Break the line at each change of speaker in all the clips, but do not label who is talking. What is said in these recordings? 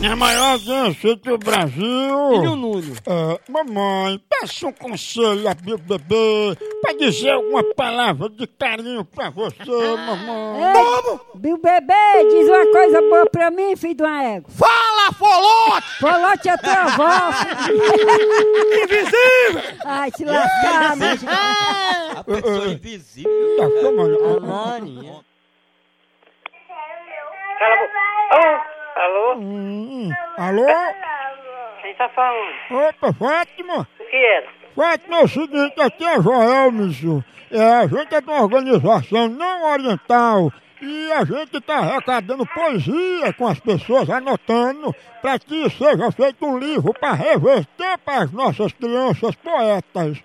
minha É maior dança do
Filho
Brasil.
Nuno.
Ah, mamãe, peça um conselho a meu bebê pra dizer alguma palavra de carinho pra você, mamãe.
Bill Bebê, diz uma coisa boa pra mim, filho de uma égua.
Fala, folote!
Colote a tua avó.
Invisível!
Ai, se lascar, meu
A pessoa invisível.
Tá chamando.
Maria.
Cala a boca. Oh, alô?
Hum, alô?
Quem tá falando?
Opa, Fátima?
O que era?
Fátima, é o seguinte, aqui é Joel, Mizu. É, a gente é de uma organização não oriental e a gente está arrecadando poesia com as pessoas, anotando, para que seja feito um livro para reverter para as nossas crianças poetas.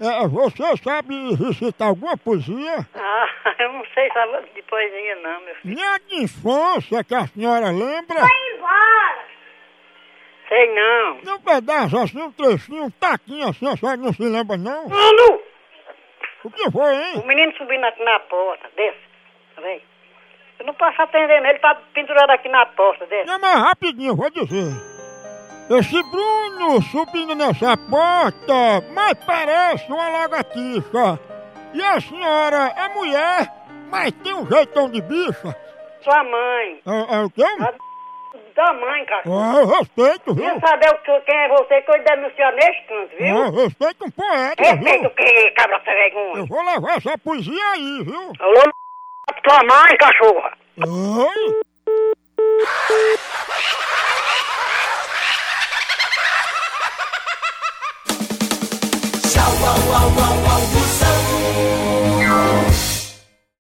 É, você sabe recitar alguma poesia?
Ah, eu não sei falar de poesia não, meu filho.
Nem a de infância que a senhora lembra?
embora! Sei não.
Num pedaço assim, um trechinho, um taquinho assim, a senhora não se lembra não?
Mano!
O que foi, hein?
O menino subindo aqui na porta, desce. Tá bem? Eu não posso atender, não. Ele tá pendurado aqui na porta, desce.
Não, mas É rapidinho, vou dizer. Esse Bruno subindo nessa porta, mas parece uma lagartixa. E a senhora é mulher, mas tem um jeitão de bicha.
Sua mãe.
É, é o quê?
A da mãe, cara.
Ah, eu respeito, viu?
Não saber o que, quem é você que eu denuncio neste canto,
Ah,
viu?
eu respeito um poeta,
Respeita
viu?
o que, cabra vergonha?
Eu vou levar essa poesia aí, viu?
Alô, tua mãe, cachorra!
Oi?
Tchau, au, au, au, au.